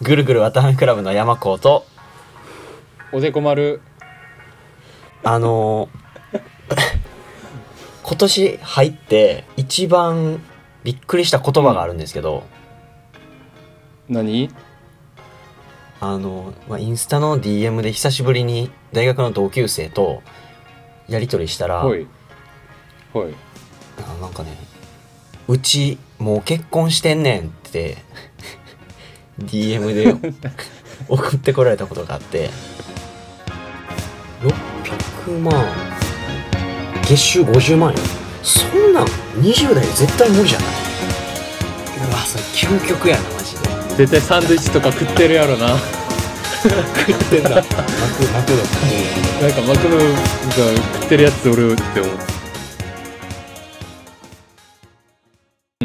ぐるぐる渡辺クラブの山子と、おでこ丸あのー 今年入って一番びっくりした言葉があるんですけど、何あのーまあ、インスタの DM で久しぶりに大学の同級生とやり取りしたら、ほいほいあなんかね「うちもう結婚してんねん」って DM で送ってこられたことがあって600万月収50万円そんなん20代で絶対無理じゃないうわそれ究極やなマジで絶対サンドイッチとか食ってるやろな食 ってんだ泣く泣くだなんかマクドが食ってるやつ俺って思う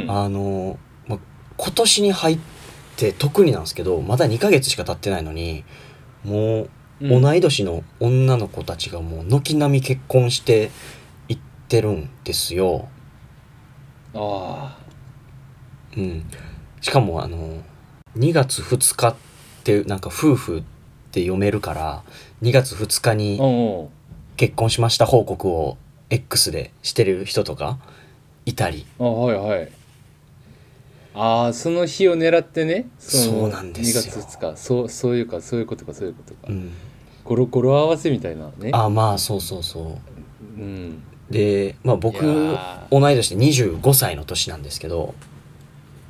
あの、ま、今年に入って特になんですけどまだ2ヶ月しか経ってないのにもううん同い年の女の子たちがもう軒並み結婚していってるんですよ。あうん、しかもあの2月2日ってなんか夫婦って読めるから2月2日あにうんうん結婚しました報告を X でしてる人とかいたりあはいはいああその日を狙ってねのそうなんですよ2月2日そうそういうかそういうことかそういうことか、うん、ゴロゴロ合わせみたいなねあまあそうそうそうんうで、まあ、僕いやー同い年で25歳の年なんですけど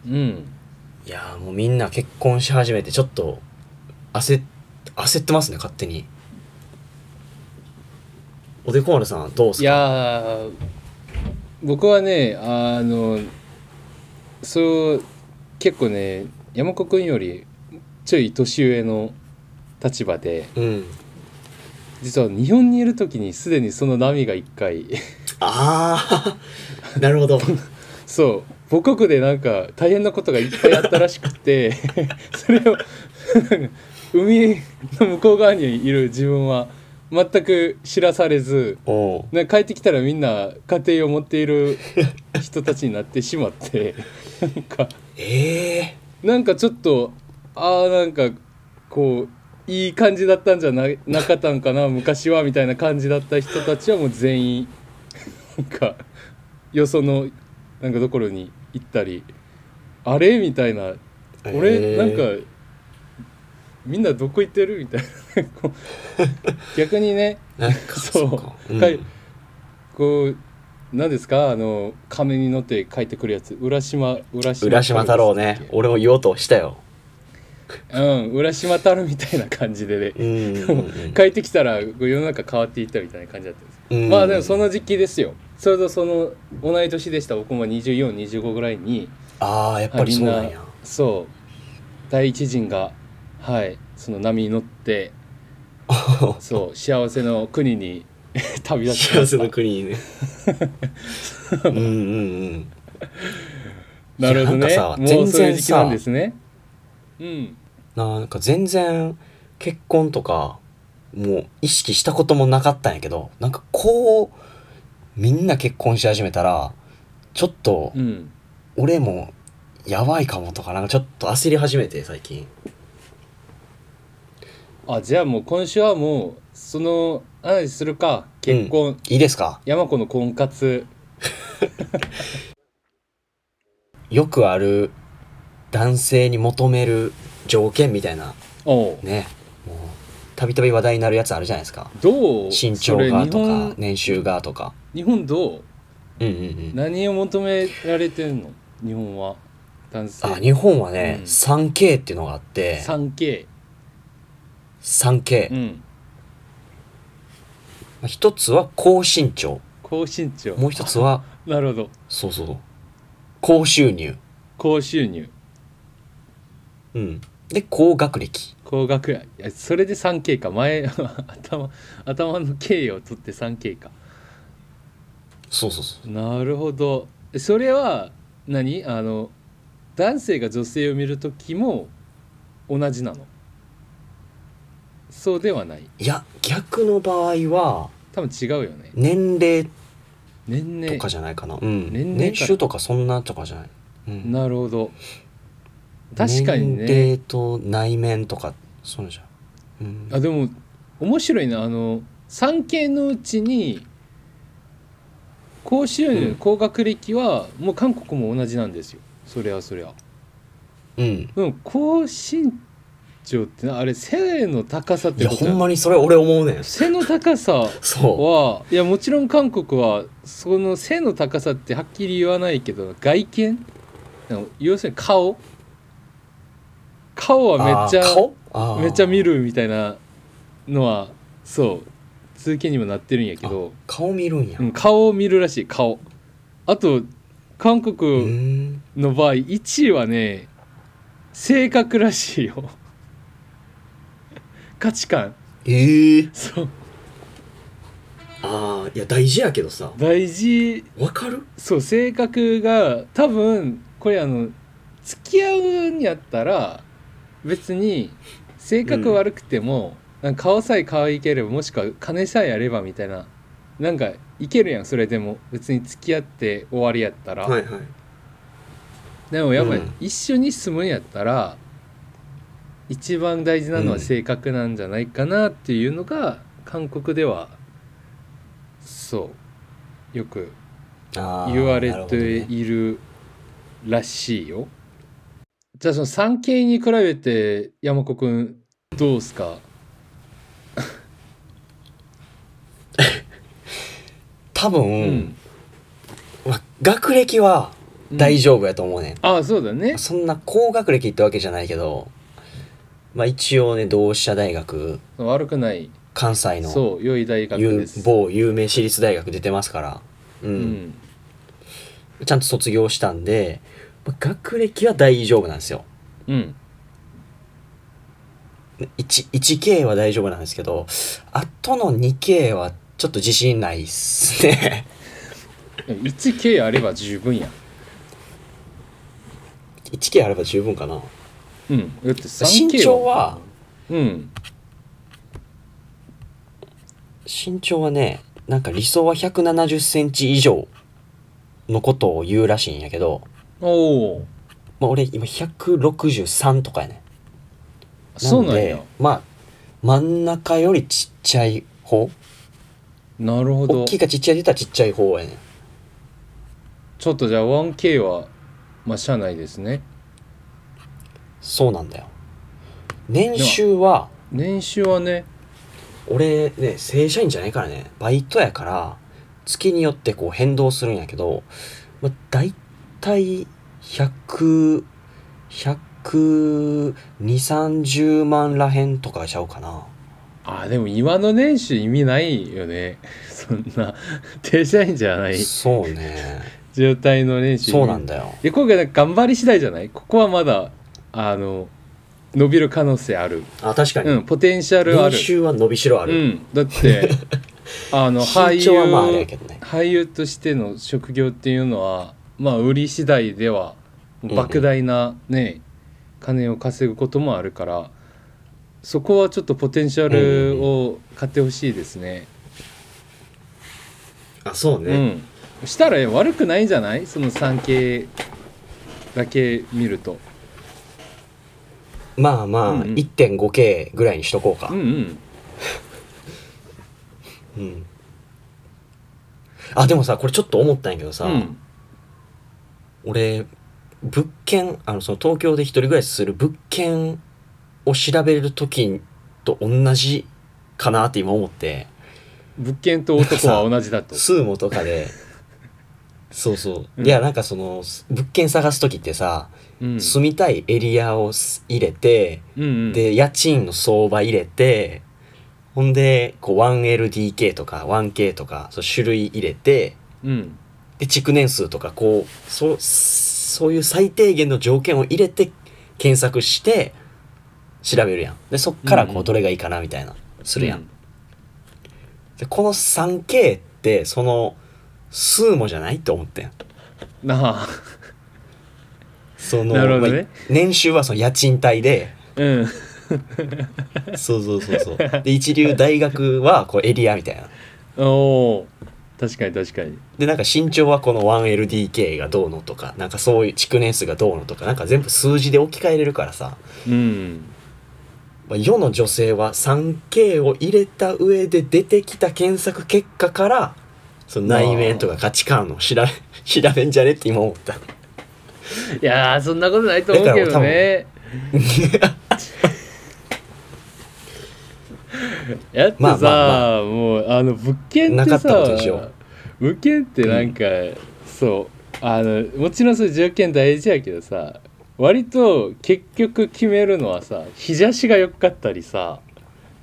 うんいやーもうみんな結婚し始めてちょっと焦っ焦ってますね勝手におでこ丸さんどうですいかやー僕はねあのそう結構ね山子君よりちょい年上の立場でうん実は日本にいる時にすでにその波が一回 ああ なるほどそう母国でなんか大変なことがいっぱいあったらしくて それを なんか海の向こう側にいる自分は全く知らされずおうね、帰ってきたらみんな家庭を持っている人たちになってしまってなんかええなんかちょっとああなんかこういい感じだったんじゃななかったんかな昔はみたいな感じだった人たちはもう全員 なんかよそのなんかところに行ったりあれみたいな俺えーなんかみんなどこ行ってるみたいなこう逆にねなんかそうかはいこう何ですかあの亀に乗って帰ってくるやつ浦島浦島浦島太郎ね俺も言おうとしたようん浦島太郎みたいな感じでね、うんうんうん帰ってきたらこう世の中変わっていったみたいな感じだったんです、うんまあでもその時期ですよそれとその同い年でした僕も2425ぐらいにああやっぱりそうなんみんやなそう第一陣がはいその波に 乗ってそう幸せの国に 旅立って幸せの国に ねうんうんうんなるほどいねやなんかさもうそうい全う然時期さなんですねうんなんか全然結婚とかもう意識したこともなかったんやけどなんかこうみんな結婚し始めたらちょっとうん俺もやばいかもとかなんかちょっと焦り始めて最近あじゃあもう今週はもうその話するか結婚、いいですか山子の婚活よくある男性に求める条件みたいなおうねもうたびたび話題になるやつあるじゃないですかどう身そ長れが日とか本年収がとか日本どううんうんうん何を求められてんの日本は男性あ日本はね、うん 3K っていうのがあって産経 3K、うんまあ一つは高身長高身長もう一つはなるほどそうそう高収入、高収入うん、で高学歴高学いやそれで産経か前頭頭の経を取って産経かそうそうそうなるほどそれは何あの男性が女性を見る時も同じなのそうではないいや逆の場合は多分違うよね年齢年と齢かじゃないかな、うん、年年齢か収とかそんなとかじゃない、うん、なるほど確かにね年齢と内面とかそうじゃん、うん、あでも面白いなあの産経のうちに高収入、うん高学歴はもう韓国も同じなんですよそりゃそりゃうんでも高身長ってなあれ背の高さっいてやことほやんまにそれ俺思うねん背の高さそはいやもちろん韓国はその背の高さってはっきり言わないけど外見あの要するに顔顔うはめっちあーゃ顔あーめっちゃ見るみたいなのはそう通勤にもなってるんやけど、顔見るんやうん、顔を見るらしい顔あと韓う国んの場合1位はね性格らしいよ価値観ええそうああいや大事やけどさ大事わかるそう性格が多分これあの付き合うんやったら別に性格悪くても、なんか顔さえ可愛ければもしくは金さえあればみたいななんかいけるやんそれでも別に付き合って終わりやったら、はいはいでもやっぱりうん一緒に住むんやったら、一番大事なのは性格なんじゃないかなっていうのが韓国ではそうよくあー言われなるほてどねいるらしいよ。じゃあその産経に比べて山子くんどうすか多分、うまあ学歴は大丈夫やと思うね、ああそうだねん、。そんな高学歴ってわけじゃないけどまあ一応ね同志社大学悪くない。関西のそう、良い大学有です。某有名私立大学出てますから、ううんん。ちゃんと卒業したんでまあ学歴は大丈夫なんですようん。 1 1K は大丈夫なんですけどあとの 2K はちょっと自信ないっすね 1K あれば十分や。 1K あれば十分かなうん。だって身 3K 長はうん。身長はねなんか理想は1 7 0センチ以上のことを言うらしいんやけど、おお。まあ、俺今163とかやねそうなんやで。まあ真ん中よりちっちゃい方なるほど。大きいかちっちゃいで言ったらちっちゃい方やねちょっとじゃあ 1K は、まあ、社内ですね。そうなんだよ年収は年収はね、俺ね正社員じゃないからねバイトやから月によってこう変動するんやけど、まあ、大体100 100 230万らへんとかちゃうかなあでも今の年収意味ないよね そんな定社員じゃないそう ね状態の年収そうなんだだよで今回なんか頑張り次第じゃないここはまだあの伸びる可能性あるあ確かに、うんポテンシャルあ年る収は伸びしろあうる、んだって あの俳身長はまああれや優けどね俳優としての職業っていうのはまあ売り次第では莫大なね、金を稼ぐこともあるからそこはちょっとポテンシャルを買ってほしいですね。あそううん、したら悪くないんじゃないその産経だけ見ると。まあまあ、うんうん 1.5K ぐらいにしとこうかうんうん。うんあでもさこれちょっと思ったんやけどさ、うん、俺物件あのその東京で一人暮らしする物件を調べる時と同じかなって今思って物件と男は同じだと。スーモとか でそうそう、うんいやなんかその物件探す時ってさ、うん、住みたいエリアをす入れてうんうん、で家賃の相場入れてほんでこう 1LDK とか 1K とかそう種類入れてうん、で築年数とかこうそそういう最低限の条件を入れて検索して調べるやんでそっからうんこうんうどれがいいかなみたいなするやん、うんでこの 3K ってその数もじゃないと思ってんなあ、そのなるほどねまあ年収はその家賃帯でうん、 そうそうそうそうで一流大学はこうエリアみたいなおお、確かに確かにでなんか身長はこの 1LDK がどうのとかなんかそういう築年数がどうのとかなんか全部数字で置き換えれるからさ、うんまあ、世の女性は 3K を入れた上で出てきた検索結果からその内面とか価値観を調べ 調べんじゃねって今思ったいやーそんなことないと思うけどねやってさ、まあまもうあの物件っなかてったことさにしよう物件ってなんか、そうあのもちろんそういう条件大事やけどさ割と結局決めるのはさ日差しが良かったりさ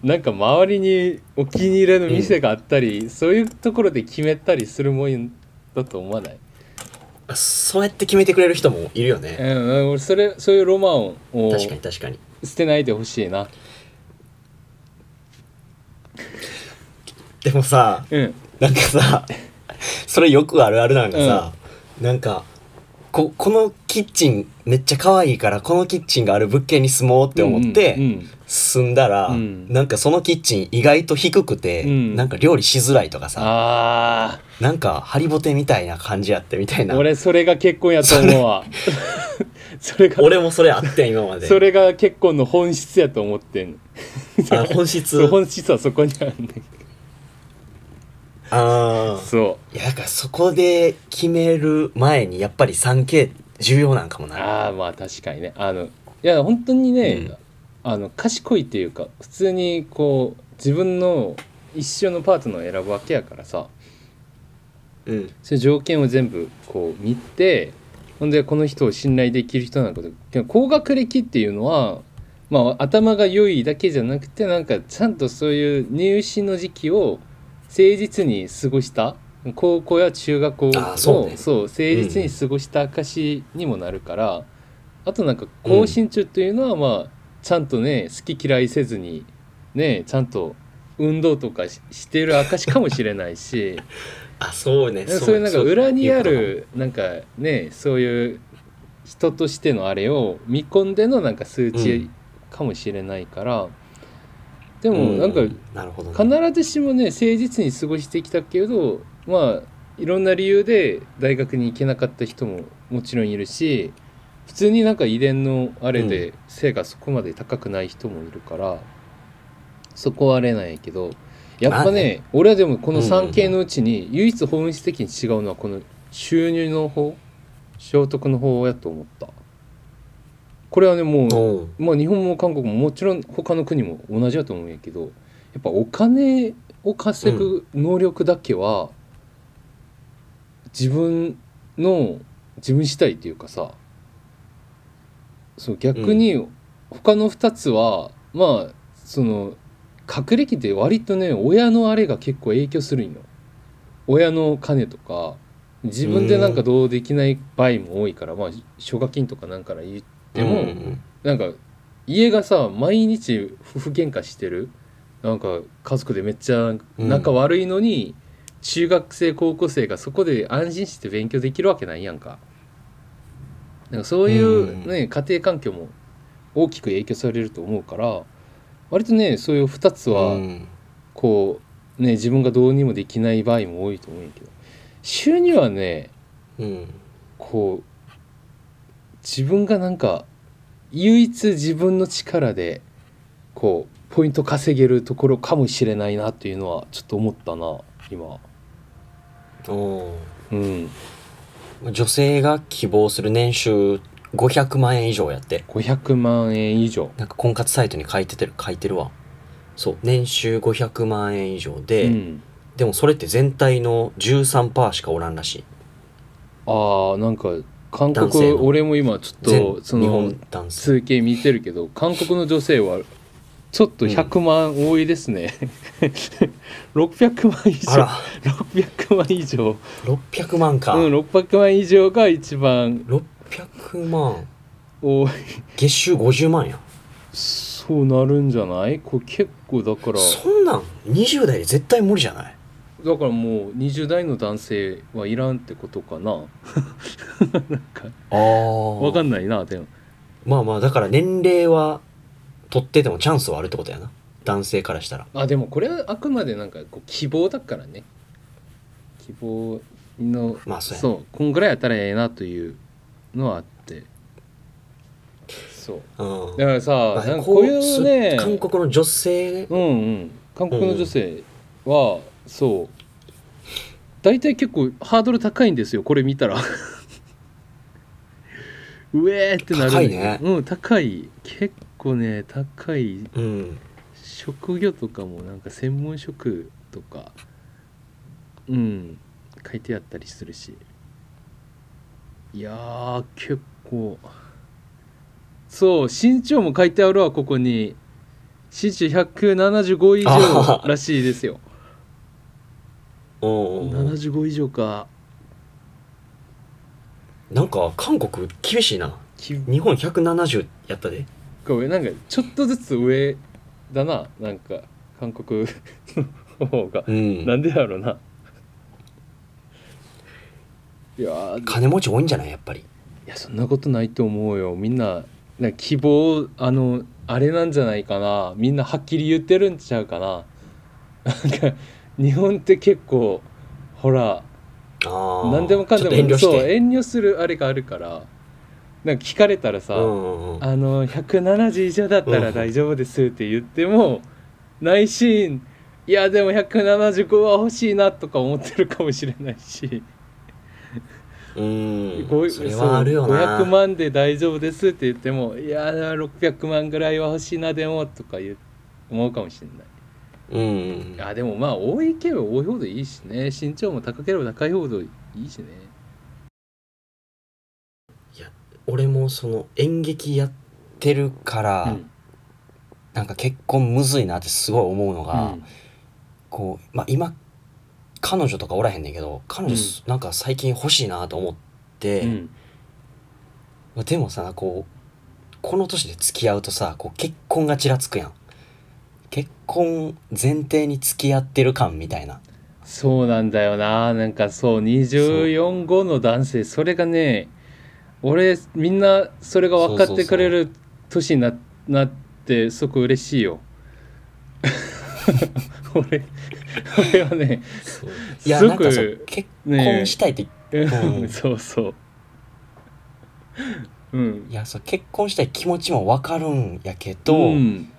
なんか周りにお気に入りの店があったり、そういうところで決めたりするもんだと思わないあそうやって決めてくれる人もいるよねうん、俺それそういうロマンを確かに確かに捨てないでほしいなでもさうんなんかさそれよくあるあるなんかさ、なんかここのキッチンめっちゃ可愛いからこのキッチンがある物件に住もうって思って、うんうん住んだら、うんなんかそのキッチン意外と低くて、うんなんか料理しづらいとかさあなんかハリボテみたいな感じやってみたいあな俺それが結婚やと思うわ それが俺もそれあってん今までそれが結婚の本質やと思ってんあ本質そう本質はそこにあるんだけあどーそいやだからそこで決める前にやっぱり 3K 重要なんかもうなああまあ確かにねあのいや本当にね、うんあの賢いっていうか普通にこう自分の一生のパートナーを選ぶわけやからさうんそういう条件を全部こう見てほんでこの人を信頼できる人なんかとでも高学歴っていうのは、まあ、頭が良いだけじゃなくてなんかちゃんとそういう入試の時期を誠実に過ごした高校や中学校をあーそうねそう誠実に過ごした証にもなるから、あとなんか高身長というのはまあちゃんとね好き嫌いせずにねちゃんと運動とかししてる証かもしれないし。あそうねでそういうなんかそう裏にあるなんかねそういう人としてのあれを見込んでのなんか数う値んかもしれないから、でうもなんかなるほどね、必ずしもね誠実に過ごしてきたけどまあいろんな理由で大学に行けなかった人ももちろんいるし普通になんか遺伝のあれで背がそこまで高くない人もいるから、そこはあれなんやけどやっまぱあねね俺はでもこのうんうんうん産経のうちに唯一本質的に違うのはこの収入の方所得の方やと思った。これはねもううんまあ、日本も韓国ももちろん他の国も同じだと思うんやけどやっぱお金を稼ぐ能力だけは、自分の自分次第っていうかさそう逆に他の2つは、まあその学歴って割とね親のあれが結構影響するんよ。親の金とか自分でなんかどうできない場合も多いから、まあ奨学金とかなんから言っても。うんうんなんか家がさ毎日夫婦喧嘩してるなんか家族でめっちゃ仲悪いのに、中学生高校生がそこで安心して勉強できるわけないやんかなんかそういうんう、ね家庭環境も大きく影響されると思うから割とねそういう2つは、うんこうね自分がどうにもできない場合も多いと思うんやけど収入はねうんこう自分がなんか唯一自分の力でこうポイント稼げるところかもしれないなっていうのはちょっと思ったな今おーうん女性が希望する年収500万円以上やって500万円以上なんか婚活サイトに書いててる書いてるわそう年収500万円以上で、うんでもそれって全体の13%しかおらんらしいああなんか韓男性国の俺も今ちょっと全そ日の本男性数形見てるけど韓国の女性はちょっと100万多いですね、600万以あら上600万以上600万か、うん600万以上が一番600万多い月収50万やそうなるんじゃないこれ結構だからそんなん20代で絶対無理じゃないだからもう20代の男性はいらんってことかなああわかんないなでもまあまあだから年齢は取っててもチャンスはあるってことやな男性からしたらあでもこれはあくまでなんかこう希望だからね希望のまあそうやねそうこんぐらいやったらええなというのはあってそううんだからさ、まあなんかこういうね韓国の女性ねうんうん韓国の女性は、そう大体結構ハードル高いんですよこれ見たら うえーってなるんだけ高いどねうん高い結構ね高いうん職業とかもなんか専門職とかうん書いてあったりするしいやー結構そう身長も書いてあるわここに身長175以上らしいで すようんうんうん75以上かなんか韓国厳しいなき日本170やったでごめんなんかちょっとずつ上だななんか韓国の方がうんなんでやろうないやー金持ち多いんじゃないやっぱりいやそんなことないと思うよみんななんか希望あのあれなんじゃないかなみんなはっきり言ってるんちゃうかななんか日本って結構ほあらあ何でもかんでも遠慮しそうて遠慮するあれがあるからなんか聞かれたらさ「うんうんうんあの170以上だったら大丈夫です」って言っても、内心「いやでも175は欲しいな」とか思ってるかもしれないし。うごんそれはあるよなそう500万で大丈夫ですって言っても「いやー600万ぐらいは欲しいなでも」とか言う思うかもしれないうんうんあでもまあ多いければ多いほどいいしね身長も高ければ高いほどいいしね俺もその演劇やってるから、うんなんか結婚むずいなってすごい思うのが、うんこう、まあ、今彼女とかおらへんねんけど彼女す、なんか最近欲しいなと思って、うんでもさこうこの年で付き合うとさこう結婚がちらつくやん結婚前提に付き合ってる感みたいなそうなんだよななんかそう24号の男性それがね俺みんなそれが分かってくれる年にななってすごく嬉し いよ俺俺はねいやすなんごくかそう結婚したいって、うん そうそう。うん。いやそう結婚したい気持ちも分かるんやけど、うん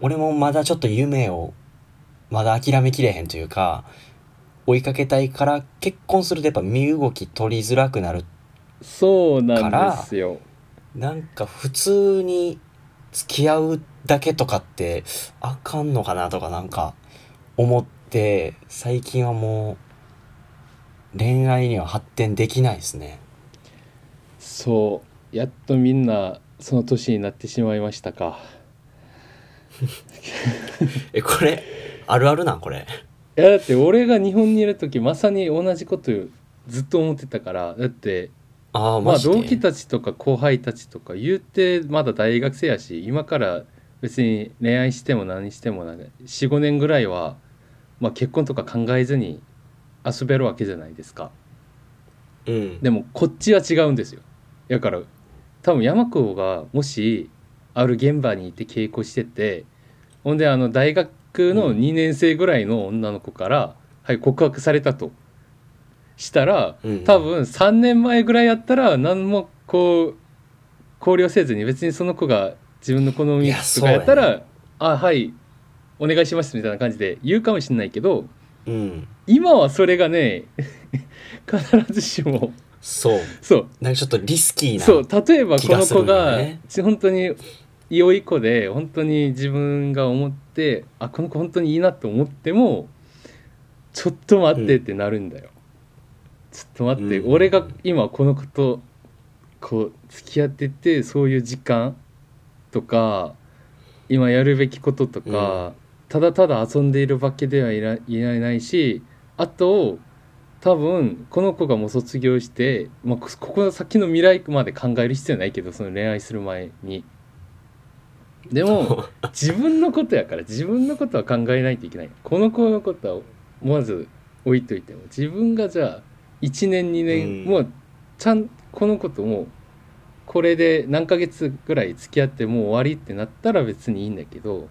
俺もまだちょっと夢をまだ諦めきれへんというか追いかけたいから結婚するとやっぱ身動き取りづらくなるそうなんですよ。なんか普通に付き合うだけとかってあかんのかなとかなんか思って最近はもう恋愛には発展できないですねそう。やっとみんなその年になってしまいましたか。えこれあるあるなんこれいやだって俺が日本にいる時まさに同じことずっと思ってたからだってああまマあジで、同期たちとか後輩たちとか言うてまだ大学生やし今から別に恋愛しても何してもなんか45年ぐらいは、まあ、結婚とか考えずに遊べるわけじゃないですか。うんでもこっちは違うんですよだから多分山子がもしある現場にいて稽古しててほんであの大学の2年生ぐらいの女の子から、はい、告白されたとしたらうん多分3年前ぐらいやったら何もこう考慮せずに別にその子が自分の好みとかやったいやら「あはいお願いします」みたいな感じで言うかもしれないけどうん今はそれがね 必ずしもそうそうなんかちょっとリスキーなそう例えばこ気のがする子んだがよねち本当に良い子で本当に自分が思ってあこの子本当にいいなと思ってもちょっと待ってってなるんだよ、ちょっと待って、うん俺が今この子とこう付き合っててそういう時間とか今やるべきこととか、ただただ遊んでいるわけではいらいられないしあと多分この子がもう卒業して、まあ、こここの先の未来まで考える必要ないけどその恋愛する前に でも自分のことやから自分のことは考えないといけないこの子のことはまず置いといても自分がじゃあ1年2年、うんもうちゃんこの子ともうこれで何ヶ月ぐらい付き合ってもう終わりってなったら別にいいんだけど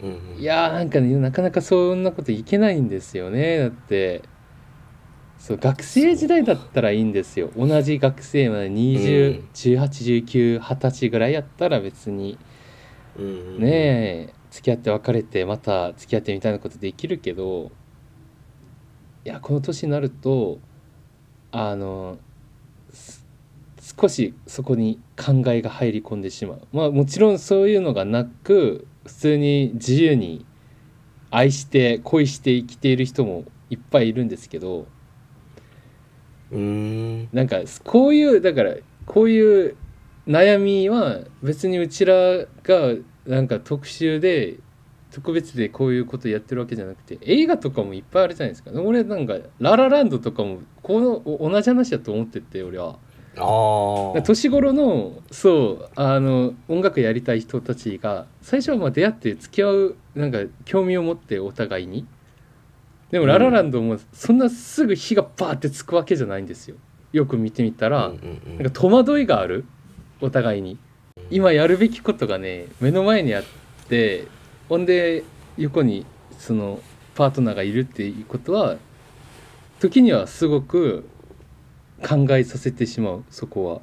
うんうんいやーなんかねなかなかそんなこといけないんですよねだってそう学生時代だったらいいんですよ同じ学生までうん20181920歳ぐらいやったら別にうんうんうんねえ付き合って別れてまた付き合ってみたいなことできるけどいやこの年になるとあのす少しそこに考えが入り込んでしまうまあもちろんそういうのがなく普通に自由に愛して恋して生きている人もいっぱいいるんですけどうーんなんかこういうだからこういう悩みは別にうちらがなんか特集で特別でこういうことやってるわけじゃなくて映画とかもいっぱいあるじゃないですか俺なんか「ラ・ラ・ランド」とかもこのお同じ話だと思ってて俺あはあだから年頃のそうあの音楽やりたい人たちが最初はまあ出会って付き合うなんか興味を持ってお互いにでもう「んララランド」もそんなすぐ火がバーってつくわけじゃないんですよよく見てみたら、うんうんうんなんか戸惑いがあるお互いに今やるべきことがね目の前にあってほんで横にそのパートナーがいるっていうことは時にはすごく考えさせてしまうそこは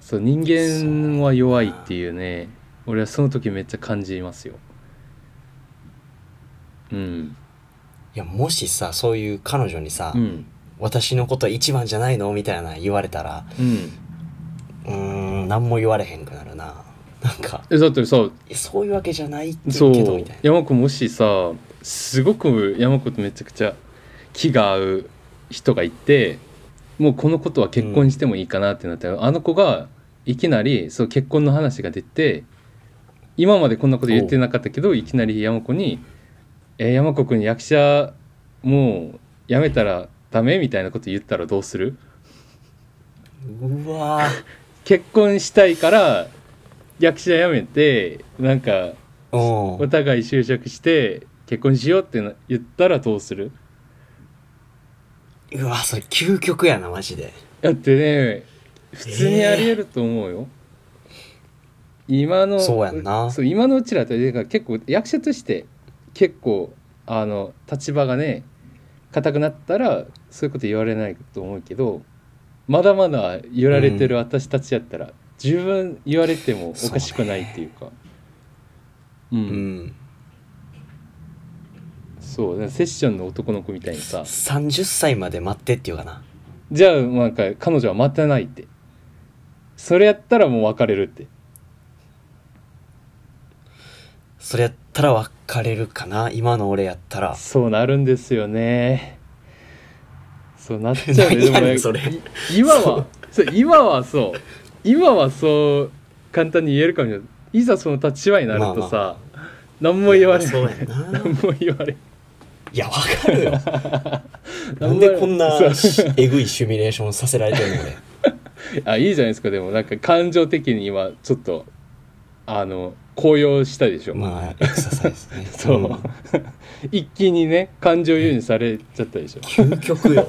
そう人間は弱いっていうね俺はその時めっちゃ感じますようんいやもしさそういう彼女にさ、うん私のこと一番じゃないのみたいな言われたらうんうーん何も言われへんくなるななんかえだってさいやそういうわけじゃないけそどみたういな山子もしさすごく山子とめちゃくちゃ気が合う人がいてもうこのことは結婚してもいいかなってなったら、あの子がいきなりそう結婚の話が出て今までこんなこと言ってなかったけどいきなり山子に「えー山子くん役者もうやめたらダメ?」みたいなこと言ったらどうするうわ結婚したいから役者辞めてなんかーうおん互い就職して結婚しようってな言ったらどうするうわそれ究極やなマジでだってね普通にありえると思うよ、今のそうやんなそう今のうちらってだから結構役者として結構あの立場がね硬くなったらそういうこと言われないと思うけどまだまだ言われてる私たちやったら、十分言われてもおかしくないっていうかううんんそうだからセッションの男の子みたいにさ30歳まで待ってっていうかなじゃあなんか彼女は待たないってそれやったらもう別れるってそれやったら別れるかな今の俺やったらそうなるんですよねそうなっちゃうね 何やねんいそれ今はそう今はそう今はそう簡単に言えるかもしれないいざその立場になるとさ、何も言われないそうやんな何も言われいやわかるよななんでこんなそうしえぐいシミュレーションさせられてるのねあいいじゃないですかでもなんか感情的に今ちょっとあの高揚したでしょ、まあエクササイズねそう、ん 一気にね感情優にされちゃった でしょ究極よ、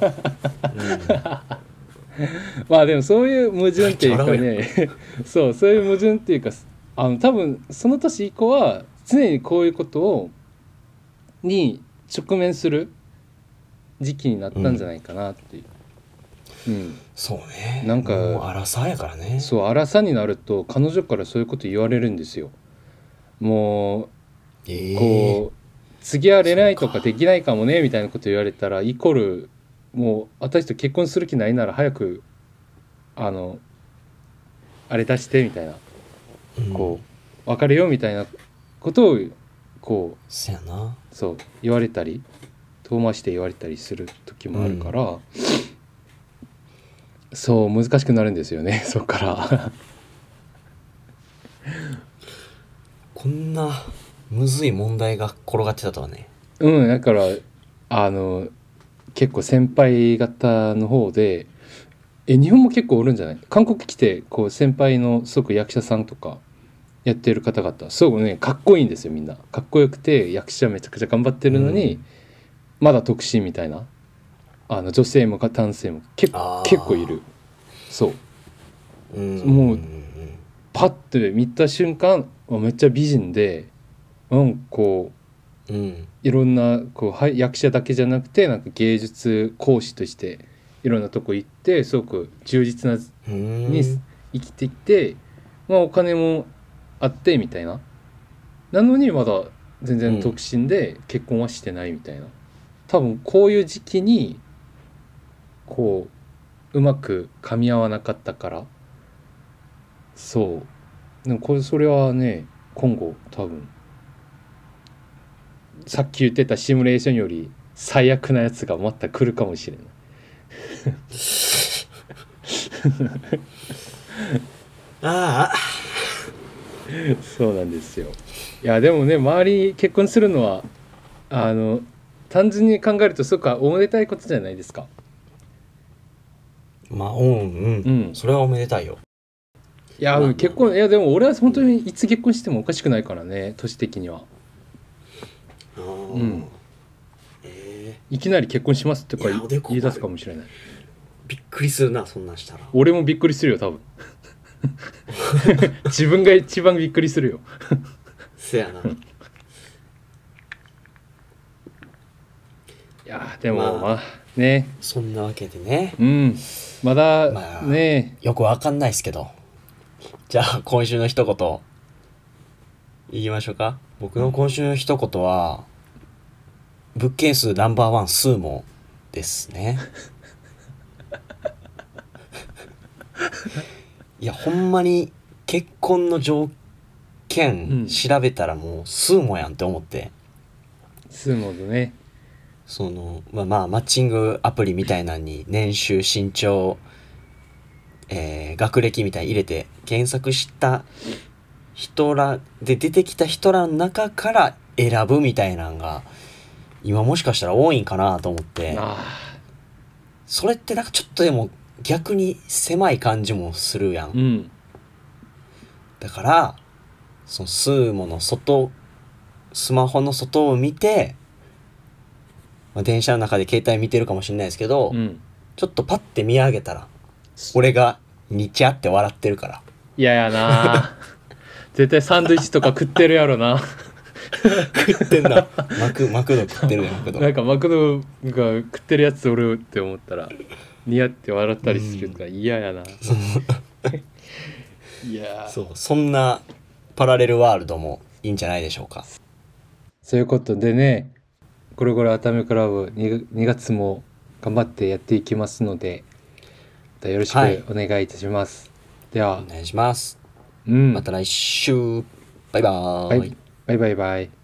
まあでもそういう矛盾っていうかね そうそういう矛盾っていうかあの多分その年以降は常にこういうことをに直面する時期になったんじゃないかなっていう、うんそうねなんかもう荒さやからねそう荒さになると彼女からそういうこと言われるんですよもうええこう次は恋愛とかできないかもねみたいなこと言われたらイコールもう私と結婚する気ないなら早くあのあれ出してみたいなうんこう別れようみたいなことをこうそやなそう言われたり遠回しで言われたりする時もあるから、そう難しくなるんですよねそっから。こんなむずい問題が転がってたとはねうんだからあの結構先輩方の方でえ日本も結構おるんじゃない韓国来てこう先輩のすごく役者さんとかやってる方々すごくねかっこいいんですよみんなかっこよくて役者めちゃくちゃ頑張ってるのに、うまだ独身みたいなあの女性もか男性もけあー結構いるそううんもうんんパッて見た瞬間あめっちゃ美人でうんこううんいろんなこうはい役者だけじゃなくてなんか芸術講師としていろんなとこ行ってすごく充実なうーんに生きてきて、まあ、お金もあってみたいななのにまだ全然独身で結婚はしてないみたいな、多分こういう時期にこううまく噛み合わなかったからそうでもこれそれはね今後多分さっき言ってたシミュレーションより最悪なやつがまた来るかもしれない。ああそうなんですよいやでもね周り結婚するのはあの単純に考えるとそうかおめでたいことじゃないですかまあうんうん、うんそれはおめでたいよいや、まあ結婚いやでも俺は本当にいつ結婚してもおかしくないからね年的にはんえいきなり結婚しますとかいやおでこ言い出すかもしれないー、びっくりするなそんなんしたら俺もびっくりするよ多分 自分が一番びっくりするよせやないやでもまあまあねそんなわけでねうんまだまあねよくわかんないですけどじゃあ今週の一言言いましょうか僕の今週の一言は物件数ナンバーワン数もですねいやほんまに結婚の条うん件調べたらもう数もやんって思って、スーモードねそのまあまあマッチングアプリみたいなのに年収身長、えー学歴みたいに入れて検索した人らで出てきた人らの中から選ぶみたいなのが今もしかしたら多いんかなと思ってああそれってなんかちょっとでも逆に狭い感じもするやうんんだからそのスーモの外スマホの外を見て、まあ、電車の中で携帯見てるかもしれないですけど、うんちょっとパッて見上げたら、俺がニチャって笑ってるから。いややな絶対サンドイッチとか食ってるやろな食ってんな。 マク、マクド食ってるね、マクド。なんかマクドが食ってるやつおるって思ったらニヤって笑ったりするから嫌やないや そう、そんなパラレルワールドもいいんじゃないでしょうか。そういうことでねゴロゴロ熱海クラブ 2, 2月も頑張ってやっていきますのでまたよろしくはいお願いいたします、ではお願いします。うんまた来週。バイバーバイバイバイバイ